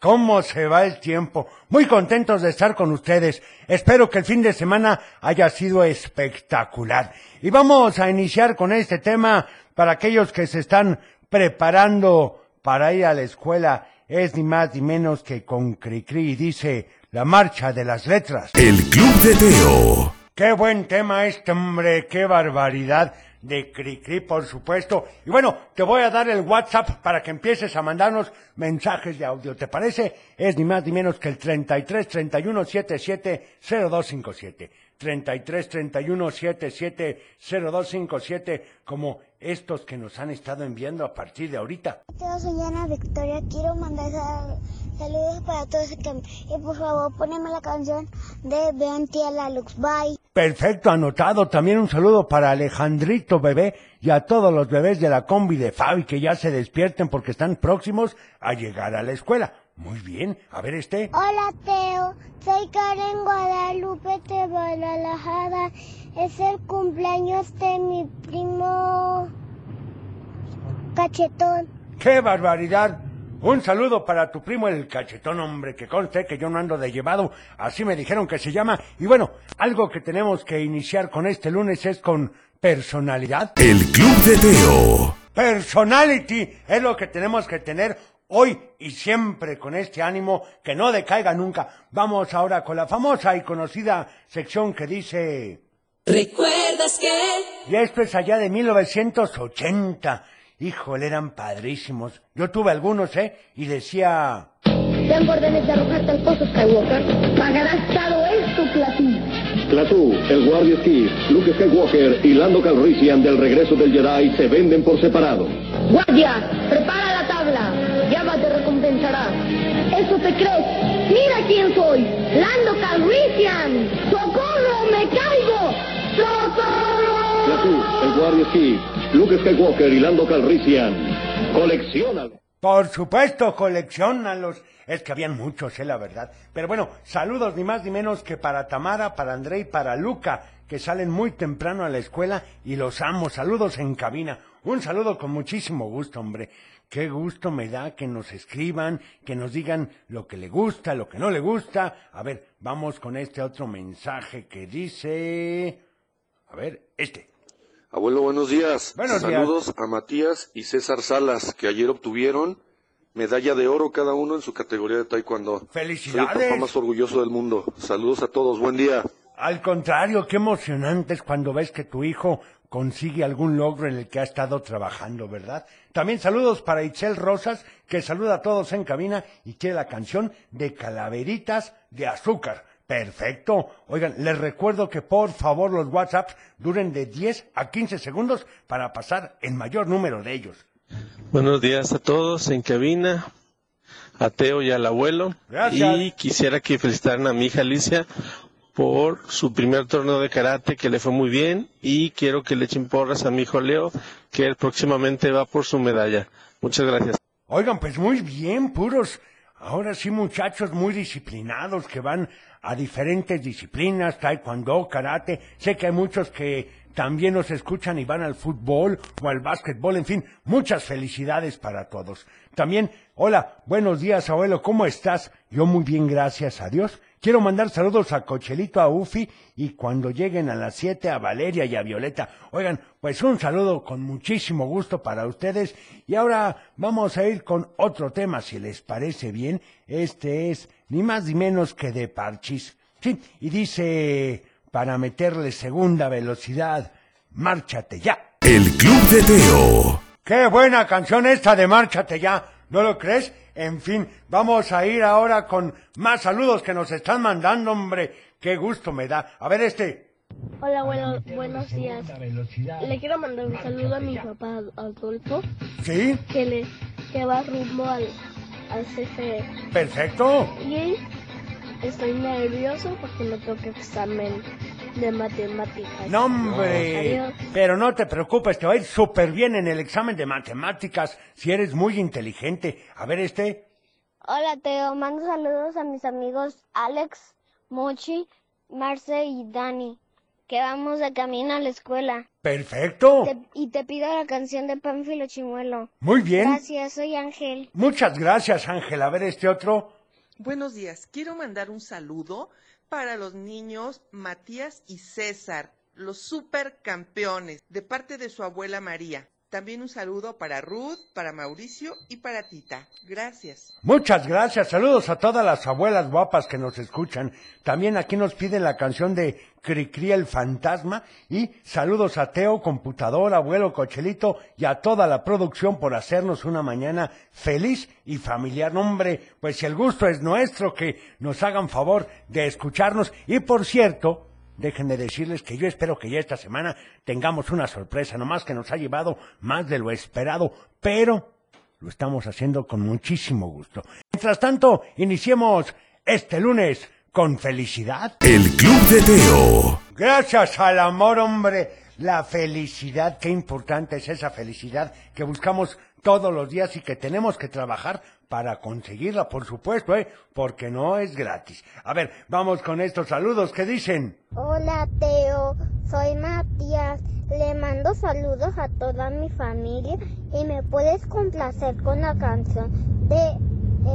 ¿Cómo se va el tiempo? Muy contentos de estar con ustedes. Espero que el fin de semana haya sido espectacular. Y vamos a iniciar con este tema para aquellos que se están preparando para ir a la escuela. Es ni más ni menos que con Cricri, dice la marcha de las letras. El Club de Teo. Qué buen tema este, hombre, qué barbaridad de Cricri, por supuesto. Y bueno, te voy a dar el WhatsApp para que empieces a mandarnos mensajes de audio. ¿Te parece? Es ni más ni menos que el 33 31 77 0257. 33 31 77 0257, como estos que nos han estado enviando a partir de ahorita. Yo soy Ana Victoria, quiero mandar sal- saludos para todos que y por favor poneme la canción de Vente a la Lux, bye. Perfecto, anotado. También un saludo para Alejandrito Bebé y a todos los bebés de la combi de Fabi que ya se despierten porque están próximos a llegar a la escuela. Muy bien, a ver este. Hola Teo, soy Karen Guadalupe de Guadalajara, es el cumpleaños de mi primo Cachetón. ¡Qué barbaridad! Un saludo para tu primo el cachetón, hombre, que conste que yo no ando de llevado, así me dijeron que se llama. Y bueno, algo que tenemos que iniciar con este lunes es con personalidad. El Club de Teo. Personality es lo que tenemos que tener hoy y siempre con este ánimo que no decaiga nunca. Vamos ahora con la famosa y conocida sección que dice... ¿Recuerdas que? Y esto es allá de 1980. Híjole, eran padrísimos. Yo tuve algunos, ¿eh? Y decía... Tengo órdenes de arrojar tal cosa, Skywalker. Pagarás todo esto, platino. Platú, el Guardia Steve, Luke Skywalker y Lando Calrissian del regreso del Jedi se venden por separado. Guardia, prepara la tabla. Java te recompensará. ¿Eso te crees? Mira quién soy. Lando Calrissian. ¡Socorro, me caigo! ¡Socorro! Platú, el Guardia Steve, Luke Skywalker y Lando Calrissian. Coleccionalo. Por supuesto, coleccionalos. Es que habían muchos, eh, la verdad. Pero bueno, saludos ni más ni menos que para Tamara, para André y para Luca, que salen muy temprano a la escuela y los amo. Saludos en cabina. Un saludo con muchísimo gusto, hombre. Qué gusto me da que nos escriban, que nos digan lo que le gusta, lo que no le gusta. A ver, vamos con este otro mensaje que dice... A ver, este. Abuelo, buenos días. Buenos días. Saludos a Matías y César Salas, que ayer obtuvieron medalla de oro cada uno en su categoría de taekwondo. ¡Felicidades! Soy el papá más orgulloso del mundo. Saludos a todos, buen día. Al contrario, qué emocionante es cuando ves que tu hijo consigue algún logro en el que ha estado trabajando, ¿verdad? También saludos para Itzel Rosas, que saluda a todos en cabina y quiere la canción de Calaveritas de Azúcar. Perfecto. Oigan, les recuerdo que por favor los WhatsApps duren de 10 a 15 segundos para pasar el mayor número de ellos. Buenos días a todos en cabina, a Teo y al abuelo. Gracias. Y quisiera que felicitaran a mi hija Alicia por su primer torneo de karate que le fue muy bien y quiero que le echen porras a mi hijo Leo que él próximamente va por su medalla. Muchas gracias. Oigan, pues muy bien, puros. Ahora sí, muchachos muy disciplinados que van a diferentes disciplinas, taekwondo, karate. Sé que hay muchos que también nos escuchan y van al fútbol o al básquetbol. En fin, muchas felicidades para todos. También, hola, buenos días, abuelo, ¿cómo estás? Yo muy bien, gracias a Dios. Quiero mandar saludos a Cochelito, a Ufi y cuando lleguen a las 7 a Valeria y a Violeta. Oigan, pues un saludo con muchísimo gusto para ustedes y ahora vamos a ir con otro tema si les parece bien. Este es ni más ni menos que de Parchis. Sí, y dice para meterle segunda velocidad, márchate ya. El Club de Teo. Qué buena canción esta de Márchate ya, ¿no lo crees? En fin, vamos a ir ahora con más saludos que nos están mandando, hombre. Qué gusto me da. A ver este. Hola, abuelo, buenos días. Le quiero mandar un saludo a mi papá Adolfo, ¿Sí? que, le, que va rumbo al, al E. CFE. Perfecto. Y estoy nervioso porque me toca examen de matemáticas. No, hombre. Adiós. Pero no te preocupes, te va a ir súper bien en el examen de matemáticas si eres muy inteligente. A ver, este. Hola, Teo. Mando saludos a mis amigos Alex, Mochi, Marce y Dani, que vamos de camino a la escuela. Perfecto. Te- y te pido la canción de Pánfilo Chimuelo. Muy bien. Gracias, soy Ángel. Muchas gracias, Ángel. A ver, este otro. Buenos días. Quiero mandar un saludo para los niños Matías y César, los supercampeones, de parte de su abuela María. También un saludo para Ruth, para Mauricio y para Tita. Gracias. Muchas gracias, saludos a todas las abuelas guapas que nos escuchan. También aquí nos piden la canción de Cricri el fantasma y saludos a Teo, computador, abuelo, cochelito y a toda la producción por hacernos una mañana feliz y familiar. No, Hombre, pues el gusto es nuestro que nos hagan favor de escucharnos y por cierto, Déjenme decirles que yo espero que ya esta semana tengamos una sorpresa, nomás que nos ha llevado más de lo esperado, pero lo estamos haciendo con muchísimo gusto. Mientras tanto, iniciemos este lunes con felicidad. El Club de Teo. Gracias al amor, hombre. La felicidad, qué importante es esa felicidad que buscamos todos los días y que tenemos que trabajar para conseguirla, por supuesto, ¿eh? porque no es gratis. A ver, vamos con estos saludos que dicen. Hola Teo, soy Matías. Le mando saludos a toda mi familia y me puedes complacer con la canción de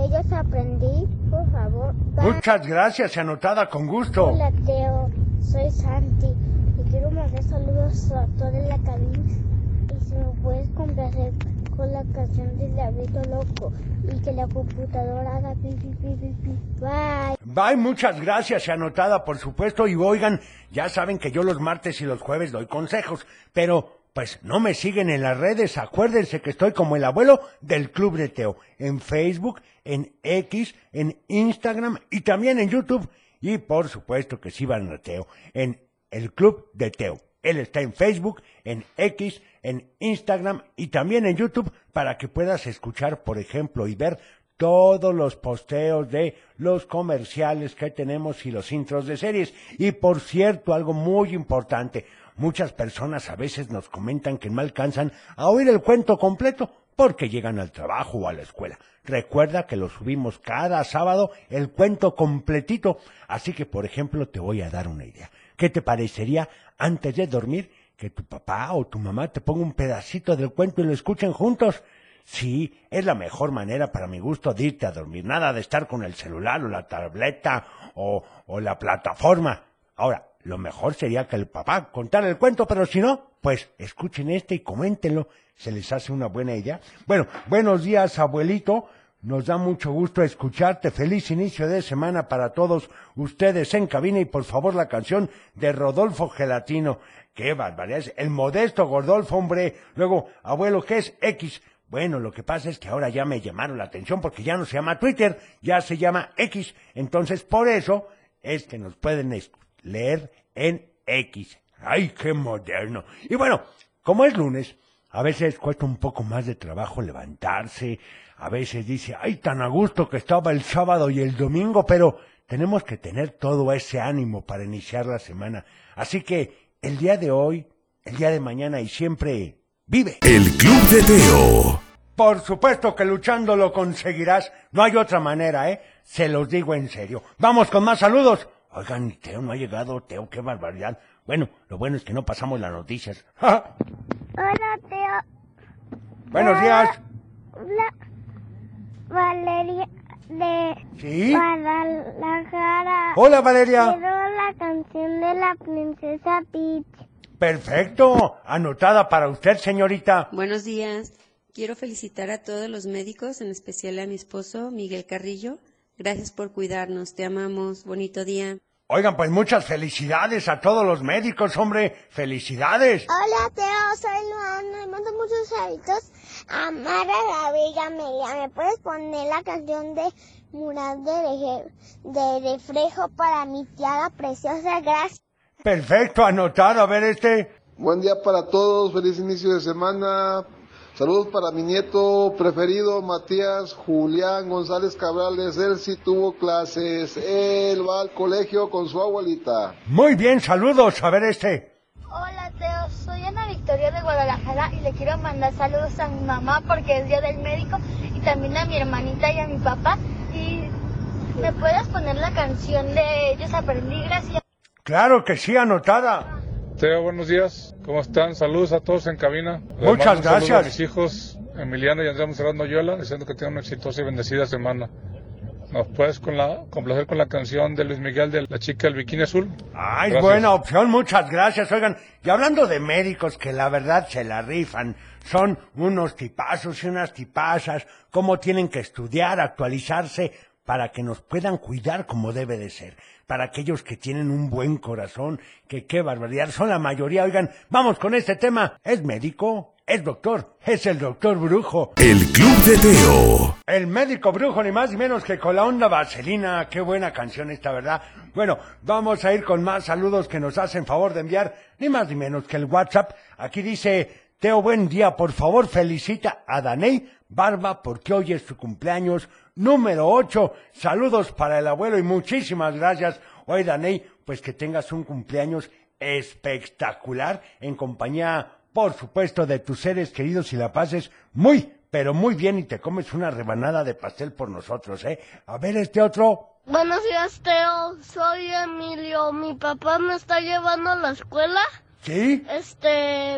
Ellos aprendí, por favor. Bye. Muchas gracias, anotada con gusto. Hola Teo, soy Santi y quiero mandar saludos a toda la cabina y si me puedes complacer con la canción de Diablito Loco y que la computadora haga pi pi pi pi pi. Bye. Bye, muchas gracias, y anotada, por supuesto. Y oigan, ya saben que yo los martes y los jueves doy consejos, pero pues no me siguen en las redes. Acuérdense que estoy como el abuelo del Club de Teo, en Facebook, en X, en Instagram y también en YouTube. Y por supuesto que sí van a Teo, en el Club de Teo. Él está en Facebook, en X, en Instagram y también en YouTube para que puedas escuchar, por ejemplo, y ver todos los posteos de los comerciales que tenemos y los intros de series. Y por cierto, algo muy importante, muchas personas a veces nos comentan que no alcanzan a oír el cuento completo porque llegan al trabajo o a la escuela. Recuerda que lo subimos cada sábado el cuento completito. Así que, por ejemplo, te voy a dar una idea. ¿Qué te parecería antes de dormir que tu papá o tu mamá te ponga un pedacito del cuento y lo escuchen juntos? Sí, es la mejor manera para mi gusto de irte a dormir. Nada de estar con el celular o la tableta o, o la plataforma. Ahora, lo mejor sería que el papá contara el cuento, pero si no, pues escuchen este y coméntenlo. Se les hace una buena idea. Bueno, buenos días, abuelito. Nos da mucho gusto escucharte. Feliz inicio de semana para todos ustedes en cabina y por favor la canción de Rodolfo Gelatino. Qué barbaridad. El modesto Gordolfo, hombre. Luego, abuelo, ¿qué es X? Bueno, lo que pasa es que ahora ya me llamaron la atención porque ya no se llama Twitter, ya se llama X. Entonces, por eso es que nos pueden es- leer en X. ¡Ay, qué moderno! Y bueno, como es lunes, a veces cuesta un poco más de trabajo levantarse, a veces dice, ay, tan a gusto que estaba el sábado y el domingo, pero tenemos que tener todo ese ánimo para iniciar la semana. Así que el día de hoy, el día de mañana y siempre vive. El Club de Teo. Por supuesto que luchando lo conseguirás. No hay otra manera, ¿eh? Se los digo en serio. Vamos con más saludos. Oigan, Teo no ha llegado. Teo, qué barbaridad. Bueno, lo bueno es que no pasamos las noticias. Hola Teo, Buenos días. Hola, Valeria de Sí. Guadalajara. Hola, Valeria. Quiero la canción de la princesa Peach. Perfecto. Anotada para usted, señorita. Buenos días. Quiero felicitar a todos los médicos, en especial a mi esposo Miguel Carrillo. Gracias por cuidarnos. Te amamos. Bonito día. Oigan, pues muchas felicidades a todos los médicos, hombre. Felicidades. Hola, Teo, soy Luana. Le mando muchos saludos a Mara la Vega Media. ¿Me puedes poner la canción de Murat de, Reje- de Reflejo para mi tía la preciosa? Gracias. Perfecto, anotada. A ver este. Buen día para todos, feliz inicio de semana. Saludos para mi nieto preferido, Matías Julián González Cabrales. Él sí tuvo clases. Él va al colegio con su abuelita. Muy bien, saludos. A ver este. Hola Teo, soy Ana Victoria de Guadalajara y le quiero mandar saludos a mi mamá porque es día del médico y también a mi hermanita y a mi papá. Y me puedes poner la canción de Ellos Aprendí, gracias. Claro que sí, anotada. Teo, buenos días. ¿Cómo están? Saludos a todos en cabina. Les Muchas mando un saludo gracias. A mis hijos, Emiliano y Andrés Monserrat Noyola, deseando que tengan una exitosa y bendecida semana. ¿Nos puedes con la, complacer con la canción de Luis Miguel de La chica del bikini azul? Ay, Gracias. buena opción, muchas gracias. Oigan, y hablando de médicos que la verdad se la rifan, son unos tipazos y unas tipazas, cómo tienen que estudiar, actualizarse para que nos puedan cuidar como debe de ser. Para aquellos que tienen un buen corazón, que qué barbaridad, son la mayoría. Oigan, vamos con este tema. Es médico, es doctor, es el doctor brujo. El Club de Teo. El médico brujo, ni más ni menos que con la onda vaselina. Qué buena canción esta, ¿verdad? Bueno, vamos a ir con más saludos que nos hacen favor de enviar, ni más ni menos que el WhatsApp. Aquí dice, Teo, buen día, por favor felicita a Daney Barba porque hoy es su cumpleaños número 8. Saludos para el abuelo y muchísimas gracias. Hoy, Daney, pues que tengas un cumpleaños espectacular en compañía, por supuesto, de tus seres queridos y la pases muy, pero muy bien y te comes una rebanada de pastel por nosotros, ¿eh? A ver este otro. Buenos días, Teo. Soy Emilio. Mi papá me está llevando a la escuela. ¿Sí? Este.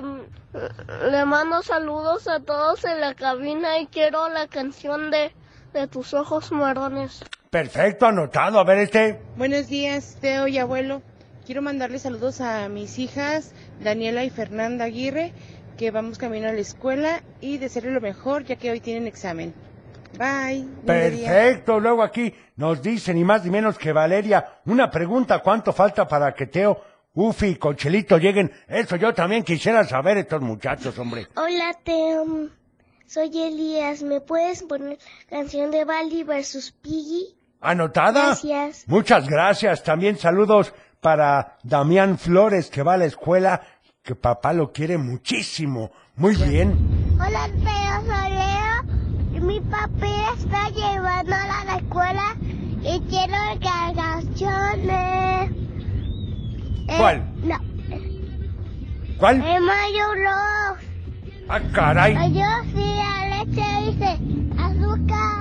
Le mando saludos a todos en la cabina y quiero la canción de, de tus ojos marrones. Perfecto, anotado. A ver este. Buenos días, Teo y abuelo. Quiero mandarle saludos a mis hijas, Daniela y Fernanda Aguirre, que vamos camino a la escuela y desearle lo mejor ya que hoy tienen examen. Bye. lindo día. Perfecto. Luego aquí nos dice ni más ni menos que Valeria. Una pregunta, ¿cuánto falta para que Teo, Ufi y Conchelito lleguen? Eso yo también quisiera saber estos muchachos, hombre. Hola, Teo. Soy Elías. ¿Me puedes poner canción de Bali versus Piggy? ¿Anotada? Gracias. Muchas gracias. También saludos para Damián Flores, que va a la escuela, que papá lo quiere muchísimo. Muy bien. Hola, Teo. Soy Leo. Mi papá está llevando a la escuela y quiero que canciones. Eh, ¿Cuál? No, ¿Cuál? es Mario Bros. Ah, caray. Yo sí, la leche dice azúcar.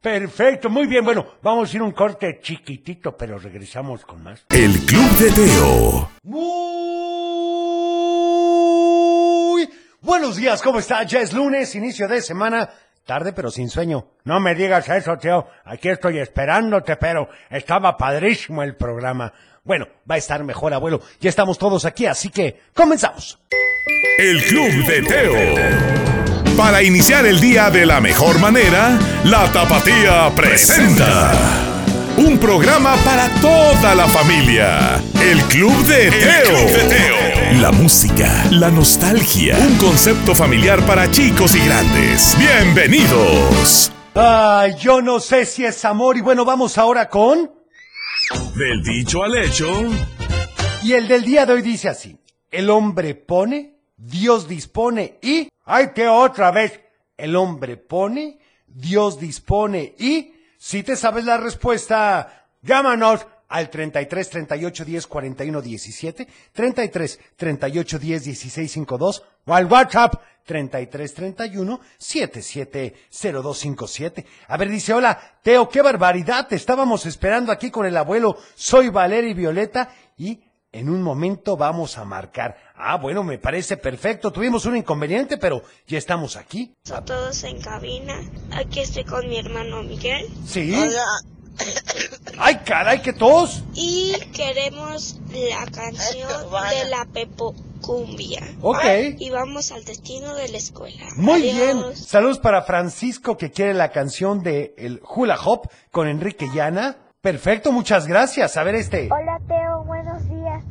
Perfecto, muy bien. Bueno, vamos a ir a un corte chiquitito, pero regresamos con más. El Club de Teo. Muy buenos días, ¿cómo está? Ya es lunes, inicio de semana, tarde pero sin sueño. No me digas eso, Teo. Aquí estoy esperándote, pero estaba padrísimo el programa. Bueno, va a estar mejor, abuelo. Ya estamos todos aquí, así que comenzamos. El Club de Teo. Para iniciar el día de la mejor manera, la Tapatía presenta un programa para toda la familia. El Club de Teo. La música, la nostalgia, un concepto familiar para chicos y grandes. Bienvenidos. Ay, yo no sé si es amor y bueno, vamos ahora con... Del dicho al hecho. Y el del día de hoy dice así, el hombre pone, Dios dispone y... ¡Ay, que otra vez! El hombre pone, Dios dispone y... Si te sabes la respuesta, llámanos al 33 38 10 41 17, 33 38 10 16 52 o al WhatsApp 33 31 77 0257. A ver, dice, hola, Teo, qué barbaridad, te estábamos esperando aquí con el abuelo, soy Valeria y Violeta y en un momento vamos a marcar. Ah, bueno, me parece perfecto. Tuvimos un inconveniente, pero ya estamos aquí. a todos en cabina. Aquí estoy con mi hermano Miguel. ¿Sí? ¡Ay, caray, qué tos! Y queremos la canción de la Pepo Cumbia. Ok. Y vamos al destino de la escuela. Muy Adiós. bien. Saludos para Francisco que quiere la canción de el Hula Hop con Enrique Llana. Perfecto, muchas gracias. A ver este. Hola Teo, buenos días.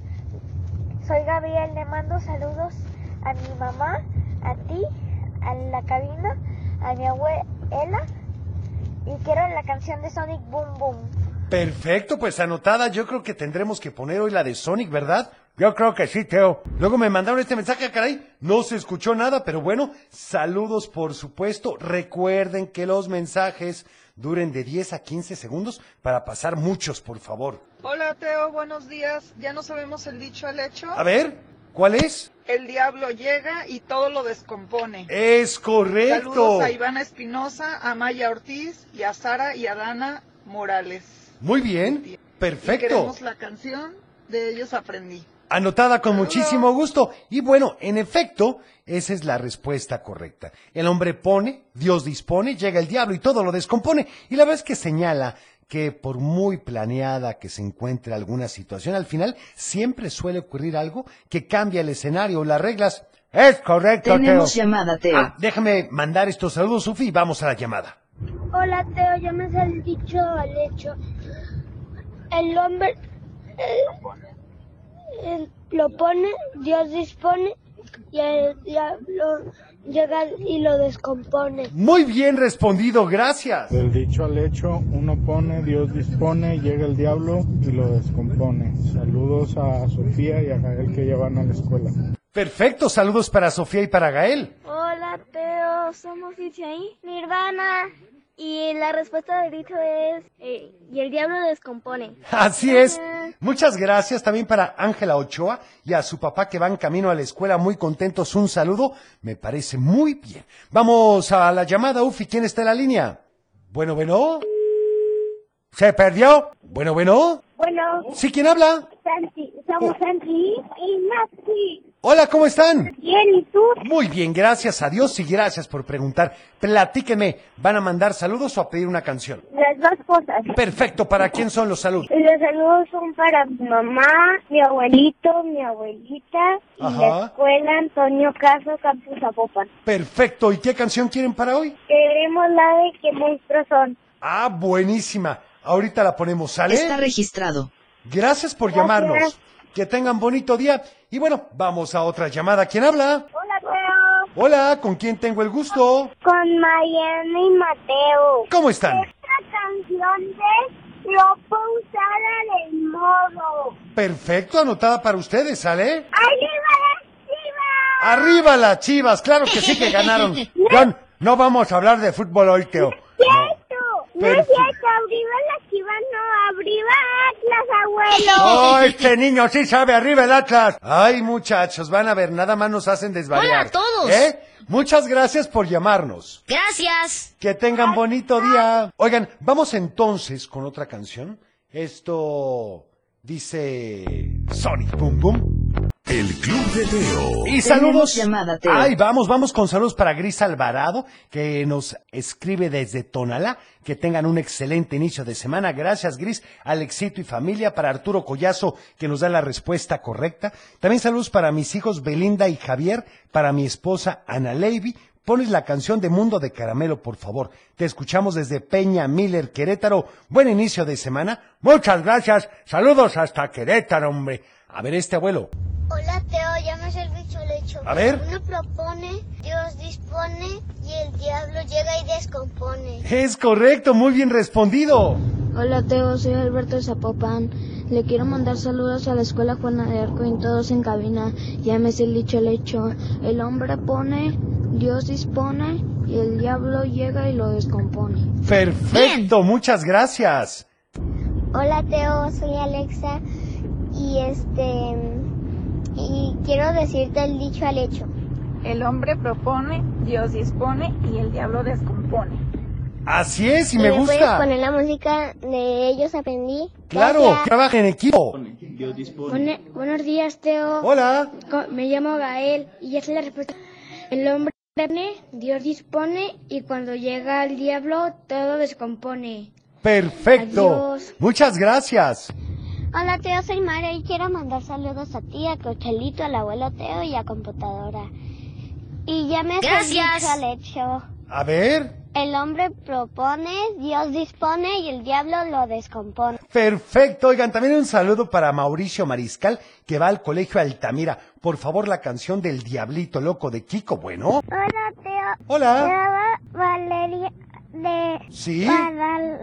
Soy Gabriel, le mando saludos a mi mamá, a ti, a la cabina, a mi abuela y quiero la canción de Sonic Boom Boom. Perfecto, pues anotada. Yo creo que tendremos que poner hoy la de Sonic, ¿verdad? Yo creo que sí, Teo. Luego me mandaron este mensaje, ah, caray. No se escuchó nada, pero bueno, saludos por supuesto. Recuerden que los mensajes duren de 10 a 15 segundos para pasar muchos, por favor. Hola Teo, buenos días. Ya no sabemos el dicho al hecho. A ver, ¿cuál es? El diablo llega y todo lo descompone. Es correcto. Saludos a Ivana Espinosa, a Maya Ortiz y a Sara y a Dana Morales. Muy bien, Y perfecto. queremos la canción, de ellos aprendí. Anotada con muchísimo gusto. Y bueno, en efecto, esa es la respuesta correcta. El hombre pone, Dios dispone, llega el diablo y todo lo descompone. Y la verdad es que señala que por muy planeada que se encuentre alguna situación, al final siempre suele ocurrir algo que cambia el escenario o las reglas. Es correcto, Tenemos Teo. llamada, Teo. Ah, déjame mandar estos saludos, Sufi, y vamos a la llamada. Hola Teo, ya me sale el dicho al hecho. El hombre eh, eh, lo pone, Dios dispone y el diablo llega y lo descompone. Muy bien respondido, gracias. Del dicho al hecho, uno pone, Dios dispone, llega el diablo y lo descompone. Saludos a Sofía y a Gael que llevan a la escuela. Perfecto, saludos para Sofía y para Gael. Hola Teo, somos Ichaí, Nirvana. Y la respuesta del dicho es, eh, y el diablo descompone. Así es. Muchas gracias también para Ángela Ochoa y a su papá que van camino a la escuela muy contentos. Un saludo, me parece muy bien. Vamos a la llamada, Ufi, ¿quién está en la línea? Bueno, bueno. ¿Se perdió? Bueno, bueno. Bueno, ¿Sí, quién habla? Santi, somos Santi y Maxi. Hola, ¿cómo están? Bien, ¿y tú? Muy bien, gracias a Dios y gracias por preguntar. Platíqueme, ¿van a mandar saludos o a pedir una canción? Las dos cosas. Perfecto, ¿para quién son los saludos? Los saludos son para mi mamá, mi abuelito, mi abuelita y Ajá. la escuela Antonio Caso Campus Zapopan. Perfecto, ¿y qué canción quieren para hoy? Queremos la de qué monstruos son. Ah, buenísima. Ahorita la ponemos, ¿sale? Está registrado. Gracias por llamarnos. Que tengan bonito día. Y bueno, vamos a otra llamada. ¿Quién habla? Hola, Teo. Hola, ¿con quién tengo el gusto? Con Mariana y Mateo. ¿Cómo están? Esta canción de ropa usada del modo. Perfecto, anotada para ustedes, ¿sale? ¡Arriba las chivas! Arriba las chivas, claro que sí que ganaron. John, no vamos a hablar de fútbol hoy, Teo. ¡Cierto! No es Perfecto. cierto, arriba las chivas, no, arriba Atlas, abuelo. ¡Oh, este niño sí sabe! ¡Arriba el Atlas! Ay, muchachos, van a ver, nada más nos hacen desvariar. Hola a todos. ¿Eh? Muchas gracias por llamarnos. Gracias. Que tengan bonito día. Oigan, vamos entonces con otra canción. Esto dice Sonic Boom Boom. El Club de Teo. Y saludos. llamada, Teo. Ay, vamos, vamos con saludos para Gris Alvarado, que nos escribe desde Tonalá. Que tengan un excelente inicio de semana. Gracias, Gris, Alexito y familia. Para Arturo Collazo, que nos da la respuesta correcta. También saludos para mis hijos Belinda y Javier, para mi esposa Ana Levy. Pones la canción de Mundo de Caramelo, por favor. Te escuchamos desde Peña Miller, Querétaro. Buen inicio de semana. Muchas gracias. Saludos hasta Querétaro, hombre. A ver, este abuelo. Hola Teo, ya me el bicho lecho. A ver. Uno propone, Dios dispone y el diablo llega y descompone. Es correcto, muy bien respondido. Hola Teo, soy Alberto de Zapopan. Le quiero mandar saludos a la escuela Juana de Arcoín, todos en cabina. Llámese el dicho el hecho. El hombre pone, Dios dispone y el diablo llega y lo descompone. Perfecto, muchas gracias. Hola Teo, soy Alexa y este y quiero decirte el dicho al hecho. El hombre propone, Dios dispone y el diablo descompone. Así es, y me gusta. Eh, la música de ellos aprendí. Claro, trabaja en equipo. buenos días Teo. Hola. Me llamo Gael y es la respuesta. El hombre pone, Dios dispone y cuando llega el diablo todo descompone. Perfecto. Adiós. Muchas gracias. Hola Teo, soy Mario y quiero mandar saludos a ti, a Cochelito, al abuelo Teo y a computadora. Y ya me Gracias. al hecho. A ver. El hombre propone, Dios dispone y el diablo lo descompone. Perfecto. Oigan, también un saludo para Mauricio Mariscal, que va al colegio Altamira. Por favor, la canción del Diablito Loco de Kiko, bueno. Hola Teo. Hola. Valeria de ¿Sí?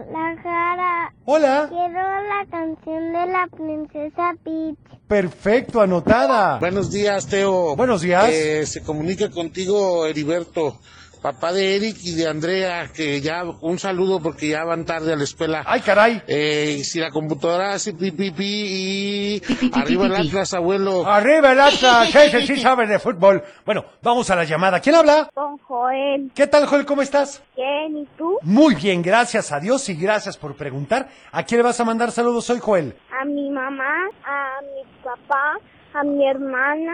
Guadalajara. Hola. Quiero la canción de la princesa Peach. Perfecto, anotada. Buenos días, Teo. Ah. Buenos días. Eh, se comunica contigo Heriberto, papá de Eric y de Andrea, que ya un saludo porque ya van tarde a la escuela. ¡Ay, caray! Eh, y si la computadora hace pi, pi, pi, y arriba el Atlas, abuelo. Arriba el Atlas, ese sí sabe de fútbol. Bueno, vamos a la llamada. ¿Quién habla? Con Joel. ¿Qué tal, Joel? ¿Cómo estás? Bien, ¿y tú? Muy bien, gracias a Dios y gracias por preguntar. ¿A quién le vas a mandar saludos hoy, Joel? A mi mamá, a mi papá, a mi hermana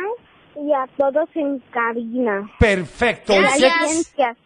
y a todos en cabina. Perfecto. ¿Y si- Ciencias.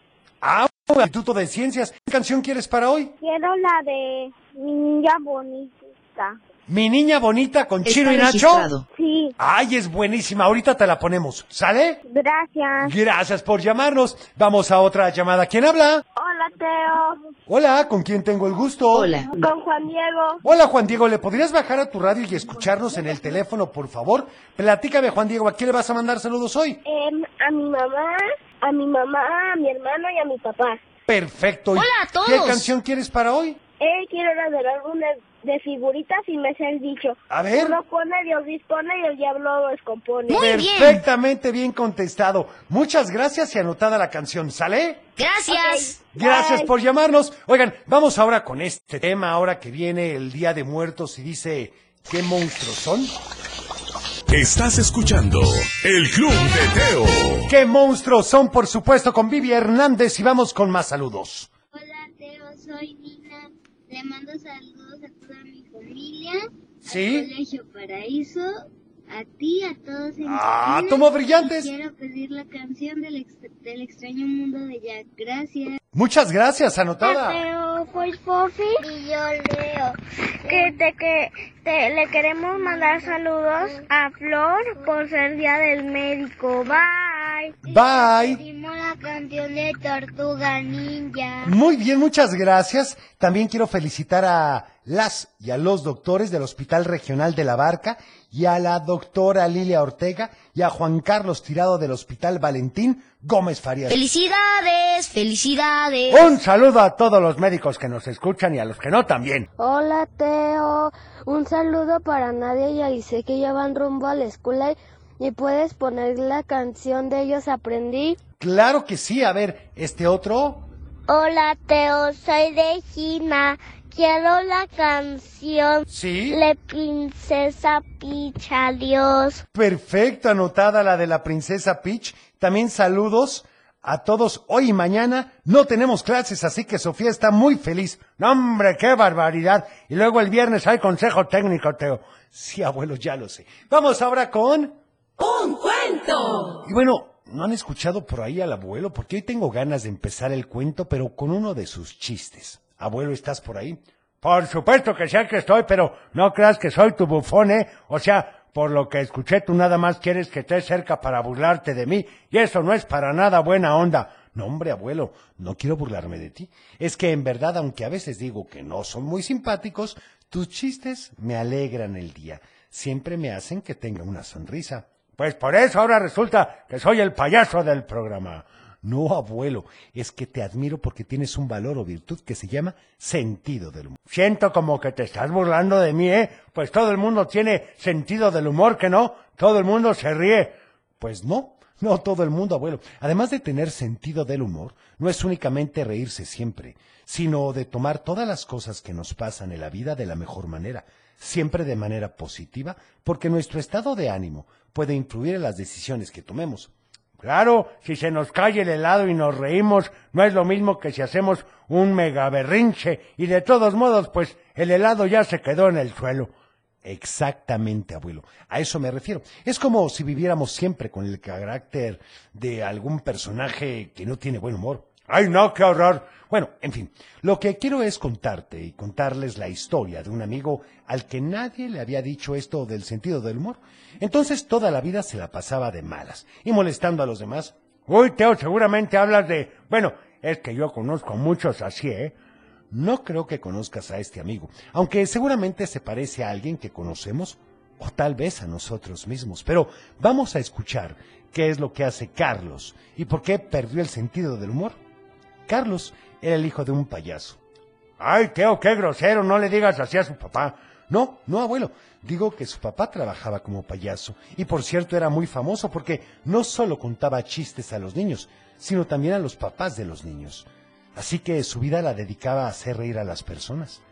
Ah, Instituto de Ciencias. ¿Qué canción quieres para hoy? Quiero la de mi niña bonita. Mi niña bonita con Chino y Nacho. registrado. Sí, Ay, es buenísima. Ahorita te la ponemos. ¿Sale? gracias. Gracias por llamarnos. Vamos a otra llamada. ¿Quién habla? Hola, Teo. Hola, ¿con quién tengo el gusto? Hola. Con Juan Diego. Hola, Juan Diego. ¿Le podrías bajar a tu radio y escucharnos en el teléfono, por favor? Platícame, Juan Diego, ¿a quién le vas a mandar saludos hoy? Em, a mi mamá, a mi mamá, a mi hermano y a mi papá. Perfecto. ¿Y Hola a todos. ¿Qué canción quieres para hoy? Eh, quiero la del álbum de, de figuritas y me sé el dicho. A ver. Uno pone, Dios dispone y el diablo lo descompone. Perfectamente bien contestado. Muchas gracias y anotada la canción, ¿sale? Gracias. Gracias por llamarnos. Oigan, vamos ahora con este tema, ahora que viene el Día de Muertos y dice, ¿qué monstruos son? Estás escuchando El Club de Teo. ¿Qué monstruos son, por supuesto, con Vivi Hernández? Y vamos con más saludos. Hola, Teo, soy Nina. Le mando saludos a toda mi familia. ¿Sí? Al Colegio Paraíso. A ti, a todos en Ah, cabina. tomó brillantes. Y quiero pedir la canción del, ex- del extraño mundo de Jack. Gracias. Muchas gracias, anotada. Teo, soy pues, Fofi. Y yo, Leo. Que te, que te le queremos mandar saludos a Flor por ser día del médico. Bye. Bye. Pedimos la canción de Tortuga Ninja. Muy bien, muchas gracias. También quiero felicitar a las y a los doctores del Hospital Regional de la Barca y a la doctora Lilia Ortega y a Juan Carlos Tirado del Hospital Valentín Gómez Farías. Felicidades, felicidades. Un saludo a todos los médicos que nos escuchan y a los que no también. Hola Teo, un saludo para Nadia y Alice que ya van rumbo a la escuela y puedes poner la canción de ellos aprendí. Claro que sí, a ver, este otro. Hola Teo, soy Regina. Quiero la canción Sí. de Princesa Peach. Adiós. Perfecto, anotada la de la princesa Peach. También saludos a todos. Hoy y mañana no tenemos clases, así que Sofía está muy feliz. ¡No, hombre, qué barbaridad! Y luego el viernes hay consejo técnico, Teo. Sí, abuelo, ya lo sé. Vamos ahora con... ¡Un cuento! Y bueno, ¿no han escuchado por ahí al abuelo? Porque hoy tengo ganas de empezar el cuento, pero con uno de sus chistes. Abuelo, ¿estás por ahí? Por supuesto que sé que estoy, pero no creas que soy tu bufón, ¿eh? O sea, por lo que escuché, tú nada más quieres que esté cerca para burlarte de mí, y eso no es para nada buena onda. No, hombre, abuelo, no quiero burlarme de ti. Es que en verdad, aunque a veces digo que no son muy simpáticos, tus chistes me alegran el día. Siempre me hacen que tenga una sonrisa. Pues por eso ahora resulta que soy el payaso del programa. No, abuelo, es que te admiro porque tienes un valor o virtud que se llama sentido del humor. Siento como que te estás burlando de mí, ¿eh? Pues todo el mundo tiene sentido del humor, ¿que no? Todo el mundo se ríe. Pues no, no todo el mundo, abuelo. Además de tener sentido del humor, no es únicamente reírse siempre, sino de tomar todas las cosas que nos pasan en la vida de la mejor manera, siempre de manera positiva, porque nuestro estado de ánimo puede influir en las decisiones que tomemos. Claro, si se nos cae el helado y nos reímos, no es lo mismo que si hacemos un mega berrinche, y de todos modos, pues el helado ya se quedó en el suelo. Exactamente, abuelo. A eso me refiero. Es como si viviéramos siempre con el carácter de algún personaje que no tiene buen humor. ¡Ay, no, qué horror! Bueno, en fin, lo que quiero es contarte y contarles la historia de un amigo al que nadie le había dicho esto del sentido del humor. Entonces toda la vida se la pasaba de malas y molestando a los demás. Uy, Teo, seguramente hablas de... Bueno, es que yo conozco a muchos así, ¿eh? No creo que conozcas a este amigo, aunque seguramente se parece a alguien que conocemos o tal vez a nosotros mismos. Pero vamos a escuchar qué es lo que hace Carlos y por qué perdió el sentido del humor. Carlos era el hijo de un payaso. Ay, Teo, qué grosero, no le digas así a su papá. No, no, abuelo. Digo que su papá trabajaba como payaso y por cierto era muy famoso porque no solo contaba chistes a los niños, sino también a los papás de los niños. Así que su vida la dedicaba a hacer reír a las personas.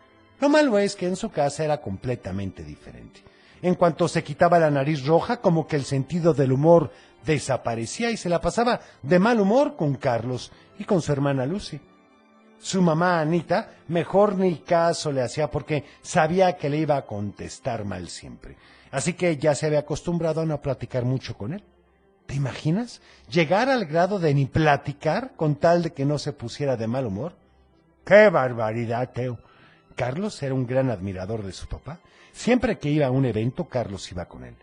Lo malo es que en su casa era completamente diferente. En cuanto se quitaba la nariz roja, como que el sentido del humor desaparecía y se la pasaba de mal humor con Carlos y con su hermana Lucy. Su mamá Anita mejor ni caso le hacía porque sabía que le iba a contestar mal siempre. Así que ya se había acostumbrado a no platicar mucho con él. ¿Te imaginas? Llegar al grado de ni platicar con tal de que no se pusiera de mal humor. ¡Qué barbaridad, Teo! Carlos era un gran admirador de su papá. Siempre que iba a un evento, Carlos iba con él.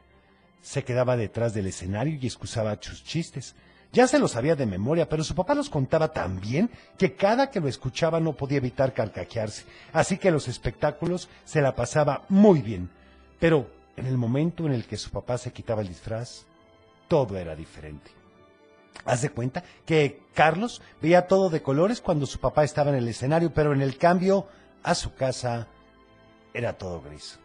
Se quedaba detrás del escenario y excusaba sus chistes. Ya se los sabía de memoria, pero su papá los contaba tan bien que cada que lo escuchaba no podía evitar carcajearse. Así que los espectáculos se la pasaba muy bien. Pero en el momento en el que su papá se quitaba el disfraz, todo era diferente. Haz de cuenta que Carlos veía todo de colores cuando su papá estaba en el escenario, pero en el cambio a su casa era todo gris.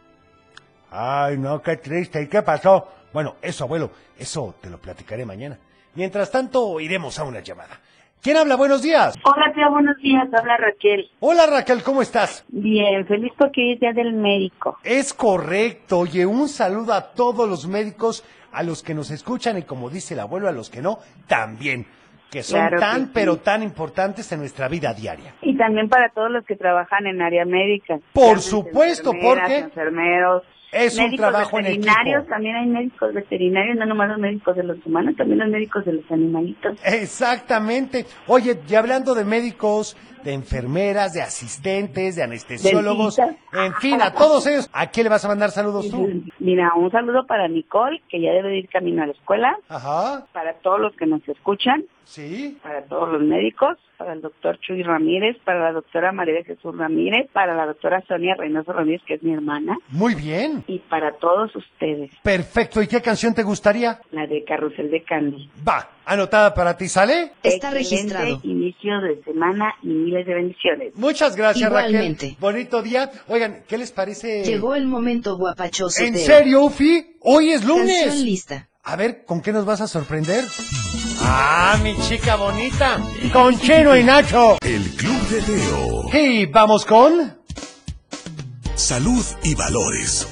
Ay, no, qué triste. ¿Y qué pasó? Bueno, eso, abuelo, eso te lo platicaré mañana. Mientras tanto, iremos a una llamada. ¿Quién habla? Buenos días. Hola, tía, buenos días. Habla Raquel. Hola, Raquel, ¿cómo estás? Bien, feliz porque hoy es día del médico. Es correcto. Oye, un saludo a todos los médicos, a los que nos escuchan y, como dice el abuelo, a los que no, también. Que son Claro que tan, sí. pero tan importantes en nuestra vida diaria. Y también para todos los que trabajan en área médica. Por Llámese supuesto, enfermeras, porque enfermeros. es un médicos trabajo en veterinarios, equipo. también hay médicos veterinarios, no nomás los médicos de los humanos, también los médicos de los animalitos. Exactamente. Oye, y hablando de médicos, de enfermeras, de asistentes, de anestesiólogos, Dentistas. en fin, a todos ellos, ¿a quién le vas a mandar saludos tú? Mira, un saludo para Nicole, que ya debe de ir camino a la escuela. Ajá. Para todos los que nos escuchan. Sí. Para todos los médicos. Para el doctor Chuy Ramírez. Para la doctora María de Jesús Ramírez. Para la doctora Sonia Reynoso Ramírez, que es mi hermana. Muy bien. Y para todos ustedes. Perfecto. ¿Y qué canción te gustaría? La de Carrusel de Candy. Va, anotada para ti, ¿sale? Excelente inicio de semana y miles de bendiciones. Muchas gracias, Igualmente. Raquel. Bonito día. Oigan, ¿qué les parece? Llegó el momento guapachoso. ¿En de- serio, Ufi? Hoy es lunes. Canción lista. A ver, ¿con qué nos vas a sorprender? Ah, mi chica bonita. Con Chino y Nacho. El Club de Teo. Y vamos con... Salud y valores.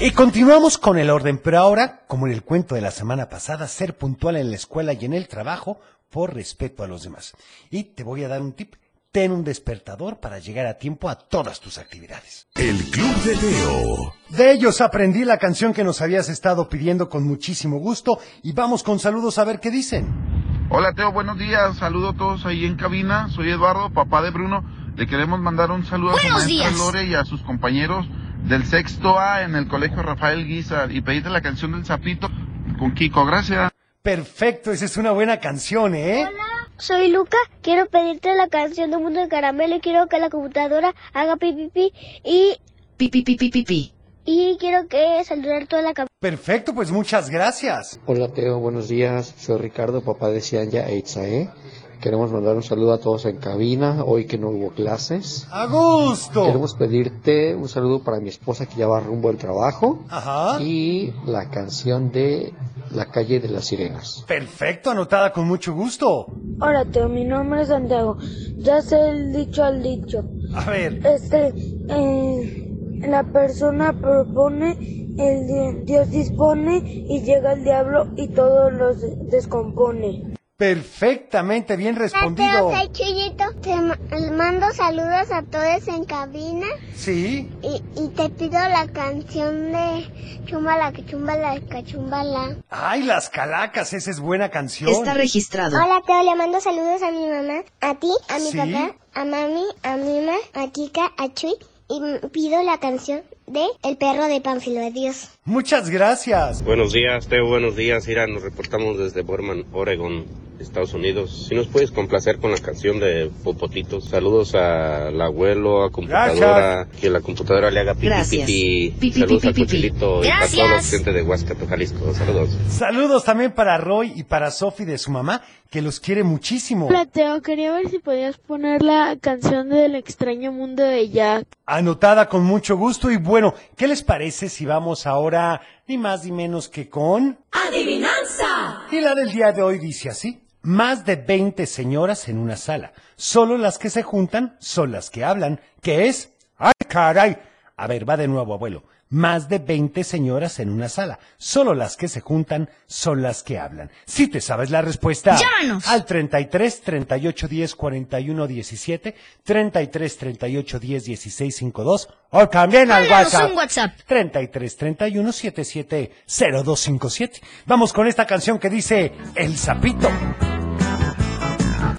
Y continuamos con el orden, pero ahora, como en el cuento de la semana pasada, ser puntual en la escuela y en el trabajo por respeto a los demás. Y te voy a dar un tip. Ten un despertador para llegar a tiempo a todas tus actividades. El Club de Teo. De ellos aprendí la canción que nos habías estado pidiendo con muchísimo gusto y vamos con saludos a ver qué dicen. Hola Teo, buenos días. Saludo a todos ahí en cabina. Soy Eduardo, papá de Bruno. Le queremos mandar un saludo a su Buenos maestra días. Lore y a sus compañeros del sexto A en el colegio Rafael Guizar y pedirte la canción del sapito con Kiko. Gracias. Perfecto, esa es una buena canción, ¿eh? Soy Luca, quiero pedirte la canción de Mundo de Caramelo y quiero que la computadora haga pi pi pi y Pi, pi, pi, pi, pi, pi. y quiero que saludar toda la cabeza. Perfecto, pues muchas gracias. Hola Teo, buenos días. Soy Ricardo, papá de Cianya e Itzae. Queremos mandar un saludo a todos en cabina, hoy que no hubo clases. A gusto. Queremos pedirte un saludo para mi esposa que ya va rumbo al trabajo Ajá. y la canción de La calle de las sirenas. Perfecto, anotada con mucho gusto. Hola, Teo, mi nombre es Santiago. Ya sé el dicho al dicho. A ver. Este, eh, la persona propone, el di- Dios dispone y llega el diablo y todo los descompone. Perfectamente, bien respondido. Chuyito. Te ma- mando saludos a todos en cabina Sí. y, y te pido la canción de Chumbala, que chumbala, que chumbala. Ay, las calacas, esa es buena canción. Hola, Teo, le mando saludos a mi mamá, a ti, a mi Sí. papá, a mami, a Mima, a Kika, a Chuy y m- pido la canción de El perro de Pánfilo. Adiós. Muchas gracias. Buenos días, Teo, buenos días. Ira, nos reportamos desde Borman, Oregon. Estados Unidos. Si nos puedes complacer con la canción de Popotitos. Saludos al abuelo, a computadora, que la computadora le haga pipi Gracias. pipi. Pipi, Saludos pipi, a pipi. Cuchilito y a todos Gracias. los gente de Huascato, Jalisco. Saludos. Saludos también para Roy y para Sofi de su mamá, que los quiere muchísimo. Hola, Teo, quería ver si podías poner la canción del extraño mundo de Jack. Anotada con mucho gusto y bueno, ¿qué les parece si vamos ahora ni más ni menos que con... ¡Adivinanza! Y la del día de hoy dice así. Más de 20 señoras en una sala. Solo las que se juntan son las que hablan, que es... ¡Ay, caray! A ver, va de nuevo, abuelo. Más de 20 señoras en una sala. Solo las que se juntan son las que hablan. Si te sabes la respuesta... Llámanos. Al 33 38 10 41 17, 33 38 10 16 52 o también al Mándanos WhatsApp. un WhatsApp. 33 31 77 0257. Vamos con esta canción que dice El Sapito.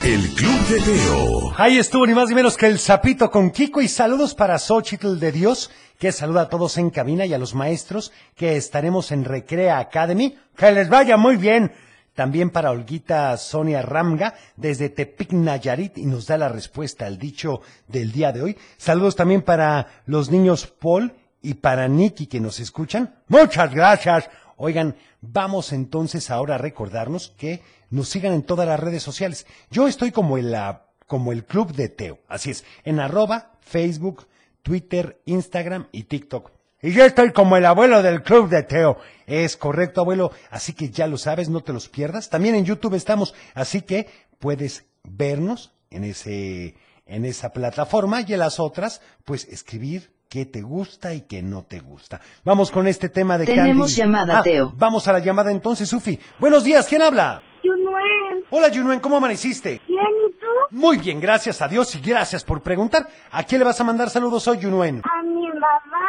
El Club de Teo. Ahí estuvo ni más ni menos que El Sapito con Kiko y saludos para Xochitl de Dios, que saluda a todos en cabina y a los maestros que estaremos en Recrea Academy. Que les vaya muy bien. También para Olguita Sonia Ramga desde Tepic Nayarit y nos da la respuesta al dicho del día de hoy. Saludos también para los niños Paul y para Nicky que nos escuchan. Muchas gracias. Oigan, vamos entonces ahora a recordarnos que nos sigan en todas las redes sociales. Yo estoy como el, ah, como el club de Teo. Así es, en arroba, Facebook, Twitter, Instagram y TikTok. Y yo estoy como el abuelo del club de Teo. Es correcto, abuelo. Así que ya lo sabes, no te los pierdas. También en YouTube estamos. Así que puedes vernos en ese, en esa plataforma y en las otras, pues escribir qué te gusta y qué no te gusta. Vamos con este tema de Tenemos Candy. Ah, llamada, Teo. Vamos a la llamada entonces, Sufi. Buenos días, ¿quién habla? Yunuen, Hola, Junuen, ¿cómo amaneciste? eh, ¿bien y tú? Muy bien, gracias a Dios y gracias por preguntar. ¿A quién le vas a mandar saludos hoy, Junuen? A mi mamá,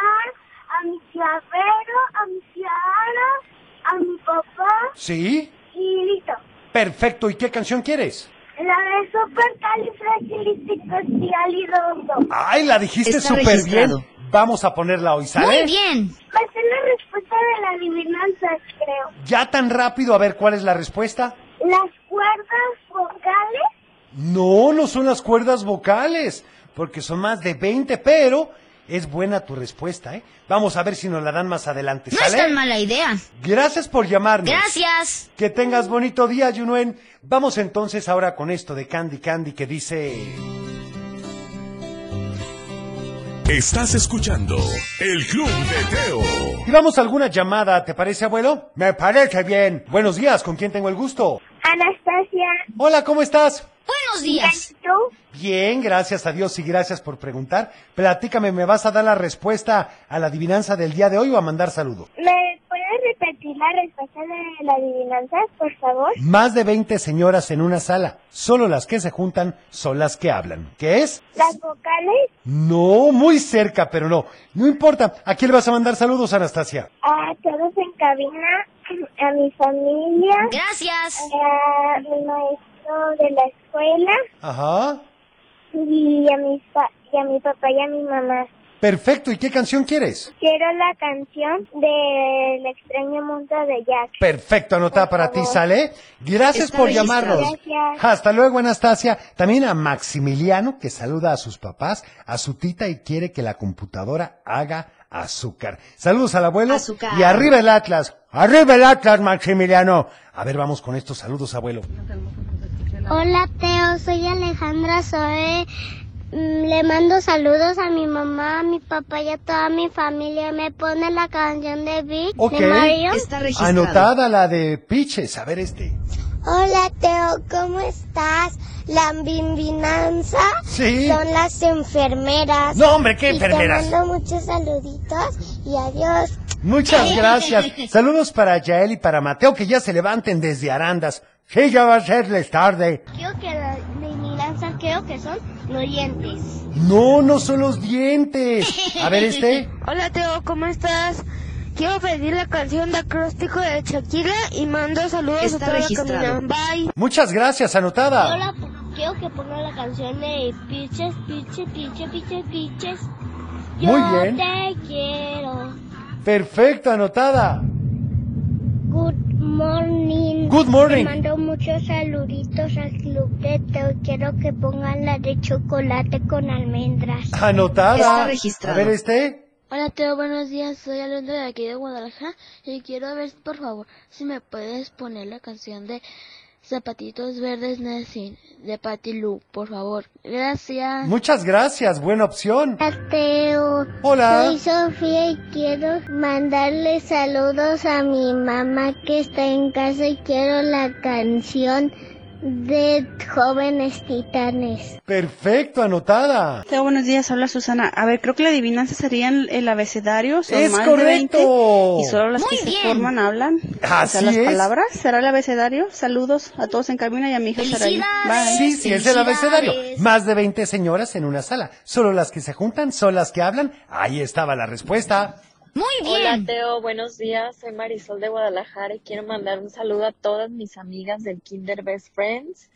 a mi llavero, a mi tiara, a mi papá ¿Sí? y listo. Perfecto, ¿y qué canción quieres? La de supercalifragilisticoespialidoso. Ay, la dijiste Está súper bien. registrado. Vamos a ponerla hoy, ¿sale? Va a ser Pues la respuesta de la adivinanza, creo. Ya tan rápido, a ver cuál es la respuesta. Las cuerdas vocales, No, no son las cuerdas vocales, porque son más de 20, pero es buena tu respuesta, ¿eh? Vamos a ver si nos la dan más adelante, No es ¿sale? tan mala idea. Gracias por llamarnos. Gracias. Que tengas bonito día, Junuen. Vamos entonces ahora con esto de Candy Candy que dice... Estás escuchando El Club de Teo. Y vamos a alguna llamada, ¿te parece, abuelo? Me parece bien. Buenos días, ¿con quién tengo el gusto? Anastasia. Hola, ¿cómo estás? Buenos días. ¿Y tú? Bien, gracias a Dios y gracias por preguntar. Platícame, ¿me vas a dar la respuesta a la adivinanza del día de hoy o a mandar saludo? ¿Me puedes repetir la respuesta de la adivinanza, por favor? Más de 20 señoras en una sala. Solo las que se juntan son las que hablan. ¿Qué es? Las vocales No, muy cerca, pero no. No importa. ¿A quién le vas a mandar saludos, Anastasia? a ah, todos en cabina, a mi familia. Gracias. A mi maestro de la escuela Ajá. y a, mis pa- y a mi papá y a mi mamá. Perfecto. ¿Y qué canción quieres? Quiero la canción del extraño mundo de Jack. Perfecto, anotada para ti, ¿sale? Gracias Está por registrado. llamarnos. Gracias. Hasta luego, Anastasia. También a Maximiliano, que saluda a sus papás, a su tita y quiere que la computadora haga azúcar. Saludos al abuelo. Azúcar. Y arriba el Atlas. Arriba el Atlas, Maximiliano. A ver, vamos con estos saludos, abuelo. Hola Teo, soy Alejandra Zoe. Mm, Le mando saludos a mi mamá, a mi papá y a toda mi familia. Me pone la canción de Big Ok. de Mario. Anotada la de Piches. A ver este. Hola Teo, ¿cómo estás? La bimbinanza Sí. son las enfermeras. No, hombre, ¿qué Y te enfermeras? mando muchos saluditos y adiós. Muchas gracias. Saludos para Yael y para Mateo, que ya se levanten desde Arandas. Sí, ya va a serles tarde. Creo que la adivinanza creo que son los dientes. No, no son los dientes. A ver este. Hola Teo, ¿cómo estás? Quiero pedir la canción de acróstico de Shakira y mando saludos Está toda la registrado. cabina. Bye. Muchas gracias, anotada. Hola, quiero que pongan la canción de Piches, Piches, Piches, Piches, Piches. Yo Muy bien. te quiero. Perfecto, anotada. Good morning. Good morning. Te mando muchos saluditos al club de Teo. Quiero que pongan la de chocolate con almendras. Anotada. Está registrado. A ver este. Hola Teo, buenos días. Soy Alondra de aquí de Guadalajara y quiero ver, por favor, si me puedes poner la canción de Zapatitos Verdes Nessin de Patty Lu, por favor. Gracias. Muchas gracias, buena opción. Teo. Hola. Soy Sofía y quiero mandarle saludos a mi mamá que está en casa y quiero la canción de Jóvenes Titanes. Perfecto, anotada. Teo, buenos días, habla Susana. A ver, creo que la adivinanza sería el, el abecedario. son ¡Es más de correcto! 20, y solo las Muy que bien. se forman hablan. Así o sea, las es. palabras. ¿Será el abecedario? Saludos a todos en cabina y a mi hija Saraí. Bye. Sí, sí, es el abecedario. Más de 20 señoras en una sala. Solo las que se juntan son las que hablan. Ahí estaba la respuesta. Muy bien. Hola Teo, buenos días. Soy Marisol de Guadalajara y quiero mandar un saludo a todas mis amigas del Kinder Best Friends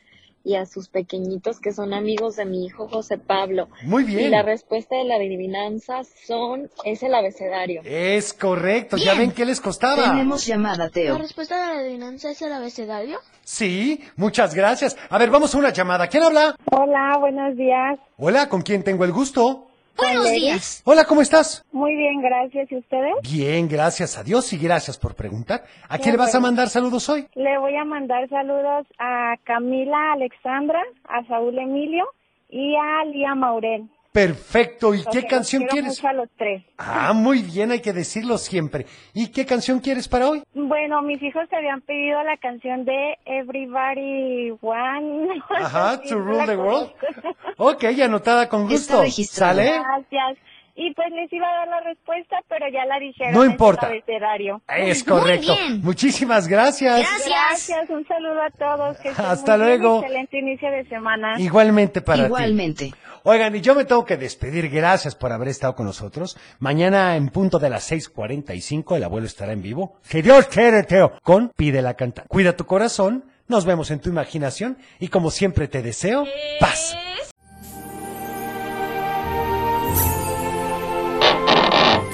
y a sus pequeñitos que son amigos de mi hijo José Pablo. Muy bien. Y la respuesta de la adivinanza son es el abecedario. Es correcto, ya ven qué les costaba. Tenemos llamada, La Teo. respuesta de la adivinanza es el abecedario. Sí, muchas gracias. A ver, vamos a una llamada. ¿Quién habla? Hola, buenos días. Hola, ¿con quién tengo el gusto? Buenos Valeria. días. Hola, ¿cómo estás? Muy bien, gracias. ¿Y ustedes? Bien, gracias a Dios y gracias por preguntar. ¿A Qué quién le vas a bueno. mandar saludos hoy? Le voy a mandar saludos a Camila Alexandra, a Saúl Emilio y a Lía Maurel. Perfecto, ¿y Los qué que los canción quiero quieres? mucho a los tres. Ah, muy bien, hay que decirlo siempre. ¿Y qué canción quieres para hoy? Bueno, mis hijos te habían pedido la canción de Everybody One. Ajá, Sí, To no Rule Pues la the World. conozco. Ok, anotada con gusto. ¿Sale? Gracias. Y pues les iba a dar la respuesta, pero ya la dijeron. No es el importa. abecedario. Es correcto. Muchísimas gracias. Gracias, un saludo a todos. Que estén Hasta muy bien, luego. Excelente inicio de semana. Igualmente para ti. Igualmente. Oigan, y yo me tengo que despedir. Gracias por haber estado con nosotros. Mañana en punto de las 6.45 el abuelo estará en vivo. Si Dios quiere, Teo, con Pide la Canta. Cuida tu corazón. Nos vemos en tu imaginación. Y como siempre te deseo, paz.